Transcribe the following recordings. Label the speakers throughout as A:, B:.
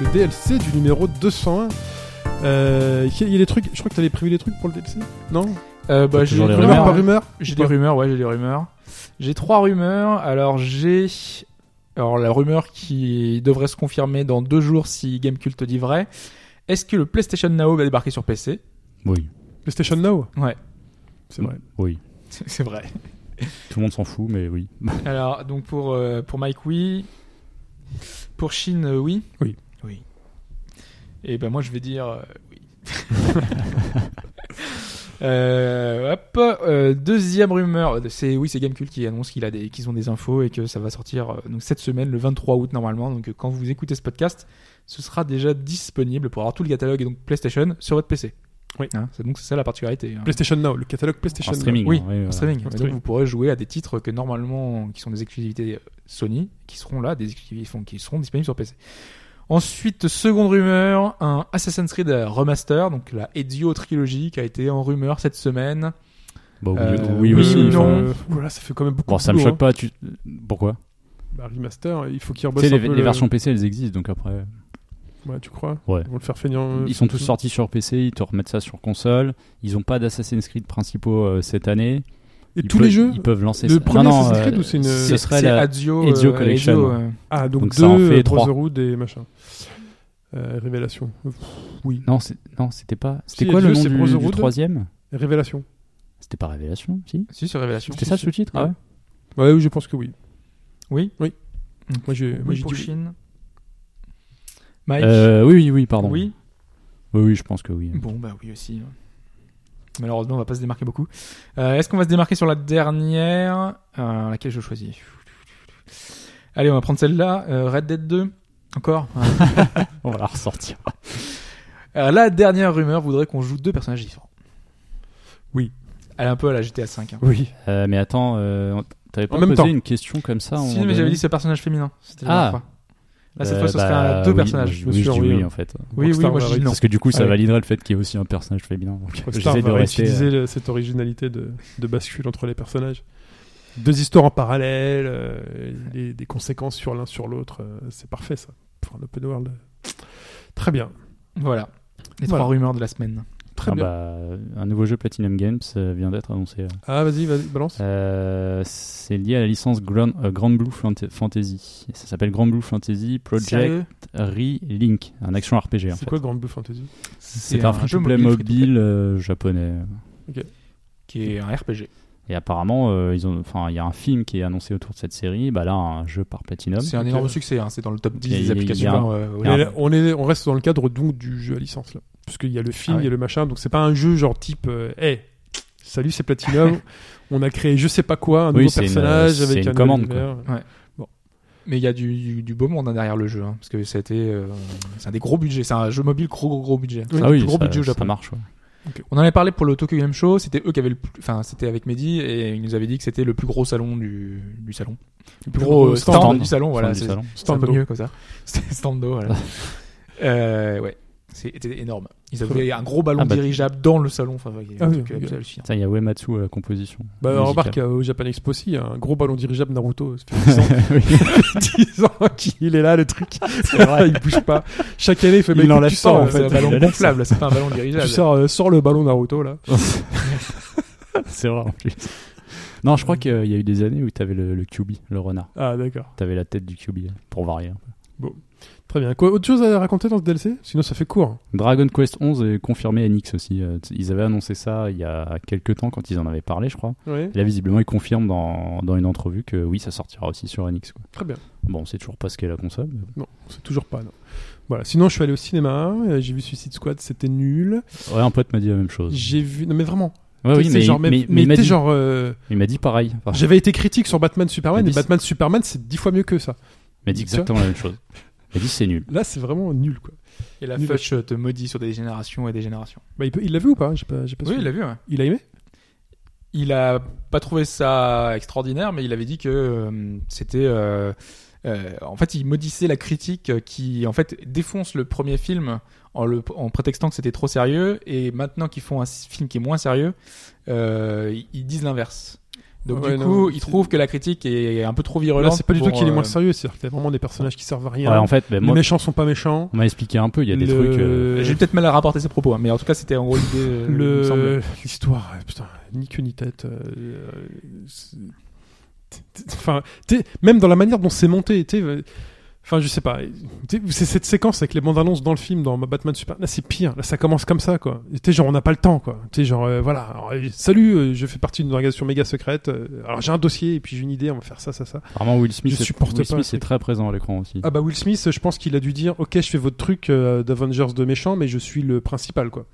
A: le DLC du numéro 201. Euh, il y a des trucs, je crois que t'avais prévu des trucs pour le DLC Non
B: Euh, bah,
C: Faut
B: j'ai
C: toujours
B: des
C: les
A: Rumeur
B: rumeurs,
A: par
B: hein.
A: rumeur
B: J'ai
A: Ou
B: des
A: pas
B: rumeurs, ouais, j'ai des rumeurs. J'ai trois rumeurs. Alors, j'ai. Alors, la rumeur qui devrait se confirmer dans deux jours si Gamecult dit vrai. Est-ce que le PlayStation Now va débarquer sur PC
C: Oui,
A: PlayStation Now
B: Ouais.
A: C'est vrai.
C: oui.
B: C'est vrai.
C: Tout le monde s'en fout, mais oui.
A: Bah,
B: Alors, donc pour, euh, pour Mike, oui. Pour Shin, euh, oui.
A: Oui.
B: Oui. Et ben moi, je vais dire euh, oui. Euh, hop, euh, deuxième rumeur, c'est oui, c'est Gamecult qui annonce qu'il a des, qu'ils ont des infos et que ça va sortir euh, donc cette semaine, le 23 août normalement. Donc euh, quand vous écoutez ce podcast, ce sera déjà disponible pour avoir tout le catalogue et donc PlayStation sur votre PC.
A: Oui.
B: Hein, c'est donc c'est ça la particularité. hein.
A: PlayStation Now, le catalogue PlayStation
C: En streaming.
B: Oui,
C: hein, ouais,
B: en
C: ouais.
B: streaming. Et
A: En
B: donc,
A: streaming.
B: vous pourrez jouer à des titres que normalement, qui sont des exclusivités Sony, qui seront là, des exclusivités enfin, qui seront disponibles sur PC. Ensuite, seconde rumeur, un Assassin's Creed remaster, donc la Ezio trilogie qui a été en rumeur cette semaine.
C: Bah, oui,
B: Euh,
C: oui,
B: oui,
C: aussi,
B: non.
C: enfin.
A: euh, voilà, ça fait quand même beaucoup.
C: Bon,
A: de
C: ça me
A: boulot,
C: choque pas. Tu... Pourquoi
A: hein. Bah, remaster, il faut qu'ils
C: Tu
A: rebossent
C: sais, les,
A: un peu
C: les
A: le-
C: versions PC, elles existent, donc après.
A: Ouais, tu crois
C: Ouais.
A: Ils vont le faire feignant. euh,
C: Ils sont tous
A: tout.
C: sortis sur PC, ils te remettent ça sur console. Ils ont pas d'Assassin's Creed principaux euh, cette année.
A: Et
C: Ils
A: tous
C: peuvent-
A: les jeux
C: Ils peuvent lancer
A: Le
C: ça.
A: premier
C: non, non,
A: Assassin's Creed
C: euh,
A: ou c'est une-
C: Ce serait
B: c'est
C: la.
B: Ezio,
C: Ezio
B: euh,
C: Collection.
B: Ezio, euh,
A: Ah, donc,
C: Donc
A: deux,
C: ça en fait
A: euh,
C: trois.
A: Brotherhood et machin. Euh, révélation. Ouf, Oui.
C: Non, c'est- non, c'était pas. C'était
A: Si,
C: quoi le
A: Ezio,
C: nom
A: c'est
C: du- du,
A: Brotherhood.
C: troisième
A: Révélation.
C: C'était pas Révélation, si
B: Si, sur Révélation. Euh,
C: C'était
A: si,
C: ça le
A: si.
C: sous-titre
A: Ouais.
C: Ah ouais
A: Ouais, oui, je pense que oui.
B: Oui.
A: Oui. Moi, j'ai moi,
B: Oui,
A: j'ai
B: pour
A: dit oui.
B: Chine. Mike.
C: Euh, oui, oui, oui, pardon.
B: Oui.
C: oui, oui, je pense que oui.
B: Bon, bah oui aussi. Malheureusement, on va pas se démarquer beaucoup. Euh, Est-ce qu'on va se démarquer sur la dernière Euh, Laquelle je choisis Allez, on va prendre celle-là. Euh, Red Dead 2. Encore Ouais.
C: On va la ressortir.
B: Euh, La dernière rumeur voudrait qu'on joue deux personnages différents.
A: Oui.
B: Elle est un peu à la GTA 5. hein.
A: Oui.
C: Euh, mais attends, euh, t'avais pas
A: En même
C: posé
A: temps.
C: une question comme ça à un
B: si,
C: moment
B: mais j'avais
C: donné
B: dit ce personnage féminin. C'était la
C: Ah.
B: dernière fois. Là, cette fois, ce serait un-
C: bah,
B: deux
C: oui,
B: personnages.
C: Oui,
A: je me
C: oui, je
A: suis
C: dis oui, hein.
A: remis.
C: en fait.
B: Oui, oui,
A: Rockstar
B: moi je dis
A: Valorant.
B: hein. non.
C: Parce que du coup, ça
A: Ah oui.
C: validerait le fait qu'il y ait aussi un personnage féminin. donc
A: Rockstar
C: J'essaie de
A: va
C: rester. euh,
A: réutiliser le- cette originalité de, de bascule entre les personnages. Deux histoires en parallèle, euh, et des conséquences sur l'un sur l'autre, euh, c'est parfait ça. Pour un open world. euh, Très bien.
B: Voilà. Les
A: Voilà.
B: trois rumeurs de la semaine.
A: Très
C: Ah
A: bien.
C: bah, un nouveau jeu Platinum Games euh, vient d'être annoncé. euh.
A: Ah, vas-y, vas-y, balance.
C: Euh, c'est lié à la licence Grand, euh, Grand Blue Fant- Fantasy. Et ça s'appelle Grand Blue Fantasy Project
B: Sérieux
C: Re-Link, un action RPG en
A: c'est
C: fait.
A: quoi Grand Blue Fantasy
C: C'est un,
B: jeu free-to-play
C: free-to-play mobile euh, japonais.
B: qui est un RPG.
C: Et apparemment, euh, ils ont, enfin, il y a un film qui est annoncé autour de cette série. Bah là, un jeu par Platinum.
B: C'est un
A: Ok.
B: énorme succès. hein. C'est dans le top 10
C: euh, Il y a- il
B: des
C: y a-
B: applications. euh,
C: il y a un-
B: ouais.
A: Et là, on, est, on reste dans le cadre donc du jeu à licence là. Parce qu'il y a le film,
C: Ah
A: il y a le machin, donc c'est pas un jeu genre type euh, Hey, salut, c'est Platinum, on a créé je sais pas quoi, un
C: Oui,
A: nouveau
C: c'est une-
A: personnage
C: c'est
A: avec
C: une
A: un
C: commande,
A: univers.
B: Mais il y a du, du, du beau monde hein, derrière le jeu, hein, parce que c'était euh, c'est un des gros budgets, c'est un jeu mobile gros gros, gros budget. C'est
C: Ah
B: un
C: oui,
B: plus gros
C: ça,
B: budget au
C: ça
B: Japon.
C: marche. ouais.
B: On en avait parlé pour le Tokyo Game Show, c'était eux qui avaient le plus- enfin c'était avec Mehdi et il nous avait dit que c'était le plus gros salon du, du salon, le plus gros euh, stand,
C: stand.
B: du salon, voilà,
C: Fin du
B: c'est
C: salon.
B: c'est un peu
A: Stando.
B: mieux comme ça. C'était stando, voilà. euh, ouais, c'était énorme. Ils avaient un gros ballon
C: Ah bah.
B: dirigeable dans le salon, enfin, il y a un
A: Ah oui,
B: truc
A: ok.
B: absolument hallucinant.
C: Ça, il y a Uematsu à la composition.
A: Bah,
C: musicale.
A: remarque, euh, au Japan Expo aussi, il y a un gros ballon dirigeable Naruto. Ça fait 10 ans,
C: Oui.
A: 10 ans qu'il est là, le truc. il bouge pas. Chaque année, il fait
C: Il
A: bah, écoute,
C: l'enlève
A: tu
C: pas,
A: sors,
C: en
A: euh,
C: fait.
B: C'est un
C: il la
B: ballon
C: laisse.
B: gonflable, c'est pas un ballon dirigeable.
A: Tu sors, euh, sors le ballon Naruto, là.
C: c'est vrai en plus. Non, je crois qu'il y a eu des années où tu avais le, le QB, le renard.
A: Ah, d'accord.
C: Tu avais la tête du QB, pour varier. un peu.
A: Très bien. Quoi, autre chose à raconter dans ce DLC Sinon, ça fait court. hein.
C: Dragon Quest 11 est confirmé à NX aussi. Euh, t- Ils avaient annoncé ça il y a quelques temps quand ils en avaient parlé, je crois.
A: Ouais.
C: Et là, visiblement, ils confirment dans, dans une entrevue que oui, ça sortira aussi sur NX. Quoi.
A: Très bien.
C: Bon, c'est toujours pas ce qu'est la console. mais bon.
A: Non, c'est toujours pas. Non. Voilà. Sinon, je suis allé au cinéma. euh, J'ai vu Suicide Squad, c'était nul.
C: Ouais, un pote m'a dit la même chose.
A: J'ai vu. Non, mais vraiment.
C: Ouais, Mmh. Ah oui,
A: C'est
C: mais,
A: genre,
C: mais, mais Ah. il
A: t'es
C: m'a dit,
A: genre. euh,
C: il m'a dit pareil. Enfin,
A: J'avais été critique sur Batman Superman,
C: Mais
A: et
C: dis-
A: Batman Superman, c'est dix fois mieux que ça.
C: il m'a dit
A: Tu vois
C: exactement la même chose. Il m'a dit c'est nul.
A: Là, c'est vraiment nul, quoi.
B: Et la
A: Nul.
B: fush te maudit sur des générations et des générations.
A: Bah, il peut- il l'a vu ou pas J'ai pas, j'ai pas
B: Oui,
A: suivi.
B: il l'a vu, ouais.
A: il a aimé
B: il a pas trouvé ça extraordinaire, mais il avait dit que euh, c'était. euh, euh, en fait, il maudissait la critique qui, en fait, défonce le premier film en, le, en prétextant que c'était trop sérieux, et maintenant qu'ils font un film qui est moins sérieux, euh, ils disent l'inverse. Donc
A: Ouais,
B: du
A: non,
B: coup,
A: c'est-
B: il trouve que la critique est un peu trop virulente.
A: Là, c'est pas du tout
B: pour,
A: qu'il est moins
B: euh,
A: sérieux, c'est-à-dire que t'as vraiment des personnages qui servent à rien.
C: Ouais, en fait, ben,
A: les
C: moi,
A: méchants sont pas méchants.
C: on m'a expliqué un peu, il y a des
A: Le-
C: trucs. euh,
B: J'ai peut-être mal à rapporter ses propos, hein, mais en tout cas, c'était en gros l'idée. euh, il me semble.
A: Le l'histoire, euh, putain, ni queue ni tête. euh, euh, c'est- t- t- Enfin, t'es- même dans la manière dont c'est monté, t'es, euh, Enfin, je sais pas. t'es- C'est cette séquence avec les bandes annonces dans le film, dans Batman Super. Là, c'est pire. Là, ça commence comme ça, quoi. Et T'es genre, on n'a pas le temps, quoi. T'es genre, euh, voilà. alors, euh, salut, euh, je fais partie d'une organisation méga secrète. euh, alors, j'ai un dossier et puis j'ai une idée. On va faire ça, ça, ça.
C: Apparemment, Will Smith,
A: je
C: est-
A: supporte
C: Will
A: pas
C: Smith
A: ce
C: est
A: truc.
C: très présent à l'écran aussi.
A: Ah bah Will Smith, je pense qu'il a dû dire ok je fais votre truc euh, d'Avengers de méchant mais je suis le principal quoi.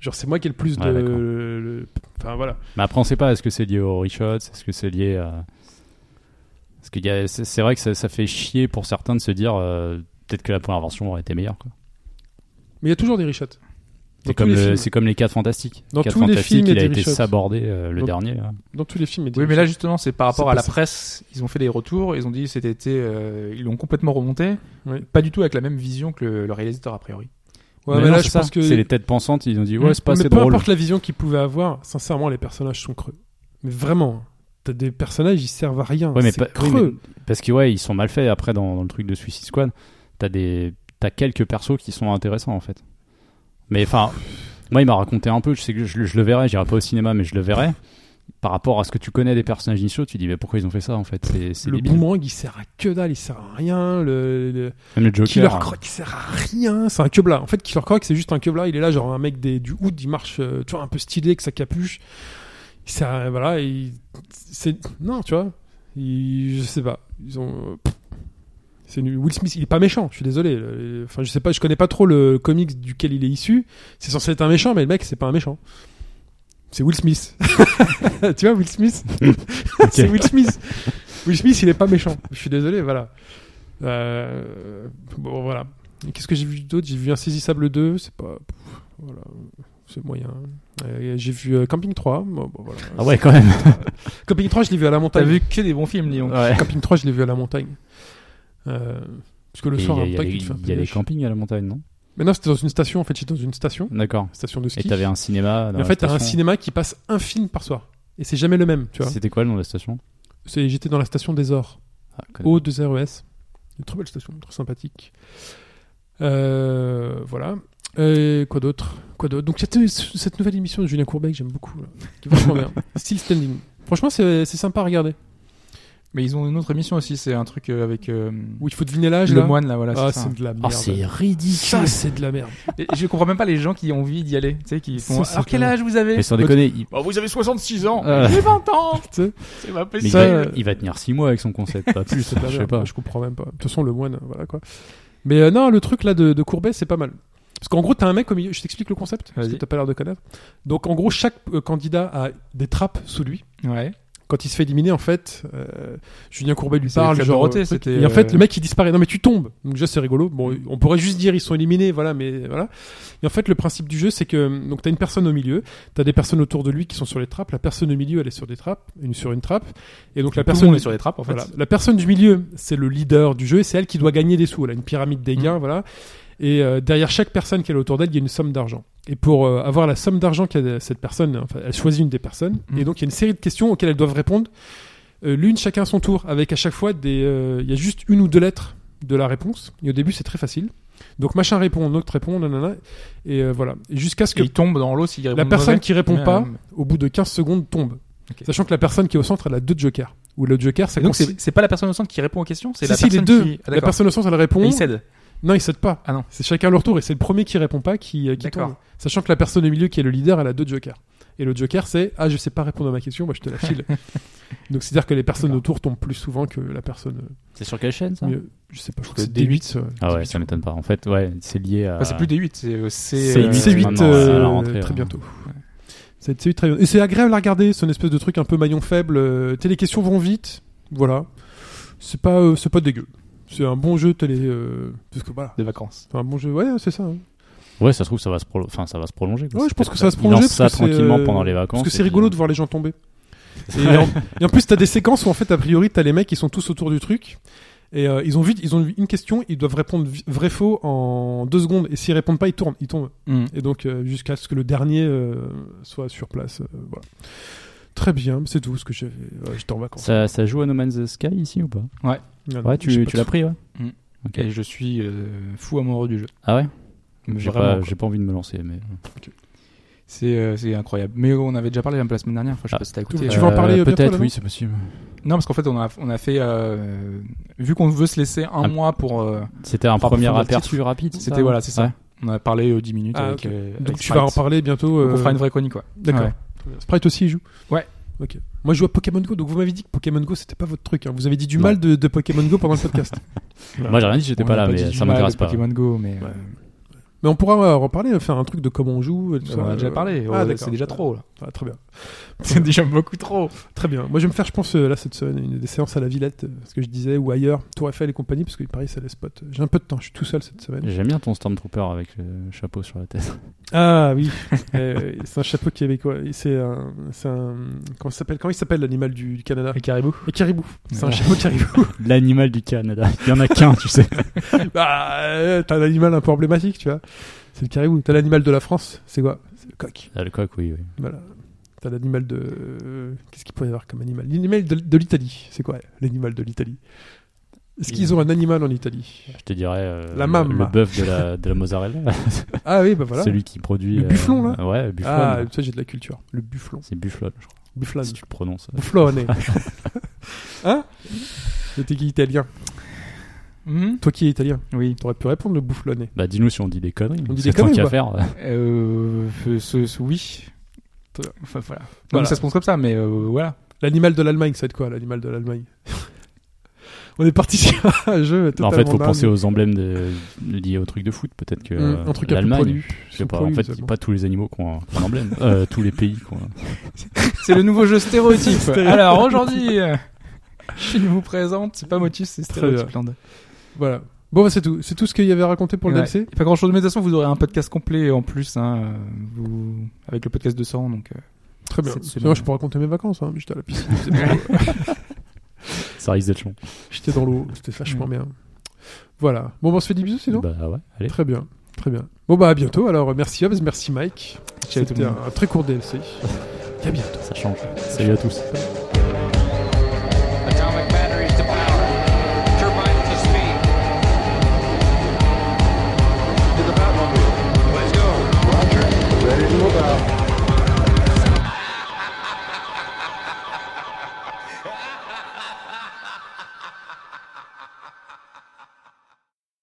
A: Genre c'est moi qui ai le plus
C: Ouais,
A: de...
C: d'accord.
A: le- Enfin voilà.
C: Mais après, on sait pas, est-ce que c'est lié au reshots Est-ce que c'est lié à. Parce qu'il y a- c'est c'est vrai que ça, ça fait chier pour certains de se dire euh, peut-être que la première version aurait été meilleure. quoi.
A: Mais il y a toujours des richottes. Dans,
C: C'est
A: tous,
C: comme,
A: les
C: le-
A: films.
C: c'est comme les 4 fantastiques.
A: Dans
C: Quatre
A: tous les
C: fantastiques,
A: films, il y a
C: il a
A: des
C: été
A: reshots.
C: sabordé euh, le
A: Donc-
C: dernier. là.
A: Dans tous les films. il y a des
B: Oui, mais là
A: richottes.
B: justement, c'est par
A: C'est
B: rapport à
A: pas
B: la
A: ça.
B: presse. Ils ont fait des retours. Ils ont dit c'était, été, euh, ils l'ont complètement remonté.
A: Oui.
B: Pas du tout avec la même vision que le, le réalisateur a priori.
A: Ouais,
C: Mais
A: mais
C: non,
A: là
C: c'est
A: je
C: ça.
A: pense que...
C: C'est les têtes pensantes, ils ont dit ouais, c'est pas
A: mais
C: assez
A: peu
C: drôle.
A: importe la vision qu'ils pouvaient avoir, sincèrement les personnages sont creux. Mais vraiment, t'as des personnages ils servent à rien.
C: Ouais, mais
A: c'est
C: pas- oui,
A: creux.
C: mais- parce que ouais, ils sont mal faits après dans, dans le truc de Suicide Squad. T'as des t'as quelques persos qui sont intéressants en fait. Mais enfin, moi il m'a raconté un peu. Je sais que je, je le verrai. J'irai pas au cinéma, mais je le verrai. Par rapport à ce que tu connais des personnages initiaux, tu dis mais pourquoi ils ont fait ça en fait C'est c'est
A: Le
C: débile.
A: boomerang il sert à que dalle, il sert à rien. Le, le-
C: Même le Joker.
A: Killer
C: hein.
A: Croc il sert à rien, c'est un quebla. En fait, Killer Croc c'est juste un quebla. Il est là, genre un mec des, du hood, il marche, euh, tu vois, un peu stylé avec sa capuche. Il sert à- voilà, il- c'est non, tu vois, il- je sais pas. Ils ont pff. c'est nul. Will Smith, il est pas méchant. Je suis désolé. Euh, Enfin, je sais pas, je connais pas trop le comics duquel il est issu. C'est censé être un méchant, mais le mec c'est pas un méchant. C'est Will Smith. tu vois, Will Smith. c'est Will Smith. Will Smith, il est pas méchant. Je suis désolé, voilà. Euh, bon, voilà. Et Qu'est-ce que j'ai vu d'autre J'ai vu Insaisissable 2, c'est pas. pff, Voilà. C'est moyen. Euh, j'ai vu euh, Camping 3. bon, bon, voilà.
C: Ah ouais quand même.
A: Camping 3, je l'ai vu à la
B: T'as
A: montagne.
B: vu que des bons films, Lyon.
C: Ouais.
A: Camping 3, je l'ai vu à la montagne. Euh, parce que le
C: Et
A: soir, à la
C: Il y a-
A: montagne, tu
C: il
A: te
C: y
A: fais
C: a-
A: un peu
C: il y a des
A: lâche.
C: campings à la montagne, non
A: Mais non, c'était dans une station, en fait, j'étais dans une station,
C: D'accord.
A: station de ski.
C: Et t'avais un cinéma. dans
A: Mais en
C: la
A: Mmh. fait, t'as un
C: station.
A: cinéma qui passe un film par soir. Et c'est jamais le même, tu vois.
C: C'était quoi le nom de la station
A: C'est- J'étais dans la station des ors.
C: Ah, connais-
A: O2RES. E Une très belle station, très sympathique. Euh, voilà. Et quoi d'autre Quoi d'autre Donc c'était cette nouvelle émission de Julien Courbet que j'aime beaucoup, là, qui est vachement bien. Still Standing. Franchement, c'est c'est sympa à regarder.
B: Mais ils ont une autre émission aussi. C'est un truc euh, avec euh,
A: Où il faut deviner l'âge.
B: le
A: là.
B: moine là. Voilà.
A: ah,
B: c'est ça.
A: c'est de la merde.
C: Ah, c'est ridicule.
A: ça, c'est de la merde.
B: Et je comprends même pas les gens qui ont envie d'y aller. Tu sais, qui font.
A: Ça, c'est
B: Alors quel
A: clair.
B: âge vous avez
C: Mais sans déconner, il,
B: Bah, Vous avez 66 ans.
C: Ah.
B: J'ai 20 ans.
A: Euh. Tu sais,
B: C'est ma
C: mais il
A: ça,
C: va,
A: euh,
C: il va tenir 6 mois avec son concept, pas plus.
A: c'est de la
C: je sais
A: merde.
C: pas.
A: Je comprends même pas. De toute façon, le moine, voilà quoi. Mais euh, non, le truc là de, de Courbet, c'est pas mal. Parce qu'en gros, t'as un mec au milieu. Je t'explique le concept, parce que
B: Vas-y.
A: t'as pas l'air de connaître. Donc en gros, chaque euh, candidat a des trappes sous lui.
B: Ouais.
A: quand il se fait éliminer, en fait, euh, Julien Courbet lui
B: C'est
A: parle.
B: Club
A: Genre,
B: Dorothée,
A: euh, truc.
B: c'était,
A: et en fait,
B: euh,
A: le mec, il disparaît. Non, mais tu tombes. Donc, déjà, c'est rigolo. Bon, on pourrait juste dire, ils sont éliminés, voilà, mais voilà. Et en fait, le principe du jeu, c'est que, euh, donc, t'as une personne au milieu, t'as des personnes autour de lui qui sont sur les trappes. La personne au milieu, elle est sur des trappes, une sur une trappe. Et donc, la
B: Tout le
A: personne.
B: monde est sur les trappes en fait.
A: Voilà. La personne du milieu, c'est le leader du jeu et c'est elle qui doit gagner des sous. Elle a une pyramide
B: Mm.
A: des gains, voilà. Et euh, derrière chaque personne qu'elle a autour d'elle, il y a une somme d'argent. Et pour euh, avoir la somme d'argent qu'a cette personne, enfin, elle choisit une des personnes.
B: Mm.
A: Et donc, il y a une série de questions auxquelles elles doivent répondre. Euh, L'une chacun à son tour, avec à chaque fois des. euh, Il y a juste une ou deux lettres de la réponse. Et au début, c'est très facile. Donc, machin répond, l'autre répond, nanana. Et euh, voilà. Et Jusqu'à ce
B: Et
A: que
B: ils tombent dans l'eau s'ils
A: la
B: répondent
A: personne
B: mauvais.
A: qui répond
B: Mais,
A: pas,
B: euh,
A: au bout de 15 secondes, tombe.
B: Ok.
A: Sachant que la personne qui est au centre, elle a deux jokers. Ou le joker, ça
B: Donc
A: consiste-
B: c'est c'est pas la personne au centre qui répond aux questions, c'est
A: Si,
B: la
A: si, les
B: personne
A: deux.
B: qui. Ah,
A: la
B: d'accord.
A: personne au centre, elle
B: Et
A: répond.
B: il cède.
C: Euh,
A: Non, il cède pas.
B: Ah non.
A: C'est chacun leur tour et c'est le premier qui répond pas qui, euh, qui
B: D'accord.
A: tombe. Sachant que la personne au milieu qui est le leader, elle a deux jokers. Et le joker, c'est Ah, je sais pas répondre à ma question, moi je te la file. Donc c'est-à-dire que les personnes
B: D'accord.
A: autour tombent plus souvent que la personne. euh,
C: C'est sur quelle chaîne ça
A: mieux. Je sais pas, je crois que
B: C'est
A: c'est
B: D8,
A: D8. ça.
C: Ah ouais, ça m'étonne pas. En fait, ouais, c'est lié à.
B: Enfin, Bah, c'est plus des 8, c'est euh, c'est
C: C'est
B: euh,
A: C'est C8
C: huit, maintenant,
A: euh,
C: à la rentrée,
A: très
C: ouais.
A: bientôt. Ça va être C8 très bientôt. Et c'est agréable à regarder, c'est une espèce de truc un peu maillon faible. euh, t'sais, les questions vont vite, voilà. C'est pas, euh, c'est pas dégueu. C'est un bon jeu télé. euh, parce que voilà,
B: de vacances.
A: c'est un bon jeu. Ouais, c'est ça. hein.
C: Ouais, ça se trouve, ça va se, prolo- enfin, ça va se prolonger. quoi.
A: Ouais,
C: C'est
A: je pense
C: peut-être
A: que ça va se
C: Ils
A: prolonger.
C: lancent ça
A: parce que c'est,
C: tranquillement
A: euh,
C: pendant les vacances.
A: Parce que
C: et euh,
A: c'est
C: puis,
A: rigolo
C: euh,
A: de voir les gens tomber. Et en, et en plus, t'as des séquences où en fait, a priori, t'as les mecs qui sont tous autour du truc. Et euh, ils ont vite, ils ont une question, ils doivent répondre vi- vrai-faux en deux secondes. Et s'ils répondent pas, ils tournent, ils tombent.
B: Mm.
A: Et donc euh, jusqu'à ce que le dernier euh, soit sur place. euh, voilà. Très bien, c'est tout ce que j'avais. Ouais, J'étais en vacances.
C: Ça, ça joue à No Man's Sky ici ou pas
A: Non, non,
C: Ouais,
A: j'ai
C: tu,
A: Euh, pas
C: tu l'as
A: de-
C: pris, ouais. Ok.
B: Et je suis euh, fou amoureux du jeu.
C: Ah ouais J'ai
B: Vraiment.
C: pas,
B: quoi.
C: j'ai pas envie de me lancer, mais.
B: C'est euh, c'est incroyable. Mais on avait déjà parlé la semaine dernière. Enfin, je sais
C: Ah.
B: pas si t'as écouté. euh,
A: Tu veux en parler euh, bientôt,
C: Peut-être,
A: là-bas
C: oui, c'est possible.
B: Non, parce qu'en fait, on a, on a fait. euh, vu qu'on veut se laisser un
C: Ah.
B: mois pour. euh,
C: C'était un
B: Enfin,
C: premier
B: pour faire le
C: aperçu rapide.
B: C'était-
C: ça
B: voilà, c'est ça.
C: Ouais.
B: on a parlé euh, 10 minutes
A: Ah,
B: avec.
A: ok.
B: euh, avec
A: Donc tu
B: Sprite.
A: vas en parler bientôt.
B: Donc, On
A: euh,
B: fera une vraie chronique, quoi.
A: D'accord.
B: Ouais.
A: Très bien. Sprite aussi il joue
B: Ouais.
A: Ok. Moi je joue à Pokémon Go, donc vous m'avez dit que Pokémon Go c'était pas votre truc. hein. Vous avez dit du
C: Non.
A: mal de, de Pokémon Go pendant le podcast.
C: Moi, j'ai rien dit, j'étais
B: On
C: pas
B: a
C: là,
B: dit
C: mais
B: du
C: ça
B: mal de
C: m'intéresse pas.
B: Pokémon Go, mais. euh,
A: Ouais. Mais on pourra euh, en reparler, faire un truc de comment on joue. et tout ça.
B: on en a déjà parlé.
A: Ah,
B: Oh,
A: d'accord.
B: c'est déjà trop, là.
A: Ah, très bien.
B: C'est déjà beaucoup trop.
A: Très bien. Moi, je vais me faire, je pense, euh, là, cette semaine, une des séances à la Villette, euh, ce que je disais, ou ailleurs, Tour Eiffel et compagnie, parce que Paris, ça les spots. J'ai un peu de temps, je suis tout seul cette semaine.
C: J'aime bien ton Stormtrooper avec le chapeau sur la tête.
A: Ah oui, Euh, c'est un chapeau québécois. Et C'est un, c'est un, comment ça s'appelle Comment il s'appelle l'animal du, du Canada
B: Les caribous.
A: Le caribou. C'est un
B: Ouais.
A: chapeau caribou.
C: L'animal du Canada. Il y en a qu'un, tu sais.
A: bah, euh, t'as un animal un peu emblématique, tu vois. C'est le caribou. T'as l'animal de la France, c'est quoi C'est le coq.
C: Ah, le coq, oui, oui.
A: Voilà. T'as l'animal de. euh, Qu'est-ce qu'il pourrait y avoir comme animal L'animal de, de l'Italie. C'est quoi l'animal de l'Italie Est-ce qu'ils ont un animal en Italie
C: Je te dirais. euh,
A: La
C: le-
A: mame.
C: Le bœuf de la, de la mozzarella.
A: Ah oui, bah voilà.
C: Celui qui produit. euh,
A: Le bufflon, là
C: Ouais, le bufflon.
A: Ah, ça j'ai de la culture. Le bufflon.
C: C'est bufflon, je crois.
A: Bufflon.
C: Si tu le prononces.
A: Bufflone. hein J'étais qui italien
B: Mhm.
A: Toi qui es italien,
B: Oui.
A: t'aurais pu répondre le bufflonné.
C: Bah, dis-nous si on dit des conneries.
A: On dit
C: parce
A: des
C: que tant
A: conneries,
C: qu'à
A: quoi.
C: faire.
B: Euh, ce- ce- oui. Enfin, voilà. Non,
A: Voilà.
B: mais ça se prononce comme ça, mais euh, voilà.
A: L'animal de l'Allemagne, ça va être quoi l'animal de l'Allemagne On est parti sur un jeu
C: Non,
A: totalement
C: en fait, faut
A: dingue.
C: penser aux emblèmes de- liés au truc de foot, peut-être que.
A: Hum,
C: euh,
A: un truc un peu
C: l'Allemagne,
A: poilu.
C: Je sais pas, en fait, c'est pas tous les animaux qui ont un, qui ont un emblème. Euh, tous les pays qui ont un-
B: C'est le nouveau jeu stéréotype.
A: Stéréotype.
B: Alors aujourd'hui, euh, je vous présente, c'est pas Motus, c'est
A: Très
B: Stéréotype Land.
A: Voilà. Bon, bah, c'est tout. C'est tout ce qu'il y avait à raconter pour le
B: Ouais.
A: DLC
B: Y a Pas grand chose, mais de toute façon, vous aurez un podcast complet en plus, hein, euh, vous- avec le podcast 200, donc. euh,
A: Très bien.
B: Cette
A: Sinon,
B: semaine.
A: je peux raconter mes vacances. Hein. J'étais à la piscine, c'est bon.
C: Ça risque d'être long.
A: j'étais dans l'eau. C'était vachement bien. Voilà. Bon, bah, on se fait des bisous sinon
C: Bah ouais, allez.
A: Très bien. Très bien. Bon, bah, à bientôt. Alors, merci Hobbs, merci Mike.
B: ciao tout le
A: C'était
B: monde.
A: un très court DLC. Et à bientôt.
C: Ça change. Salut à tous.
A: Salut.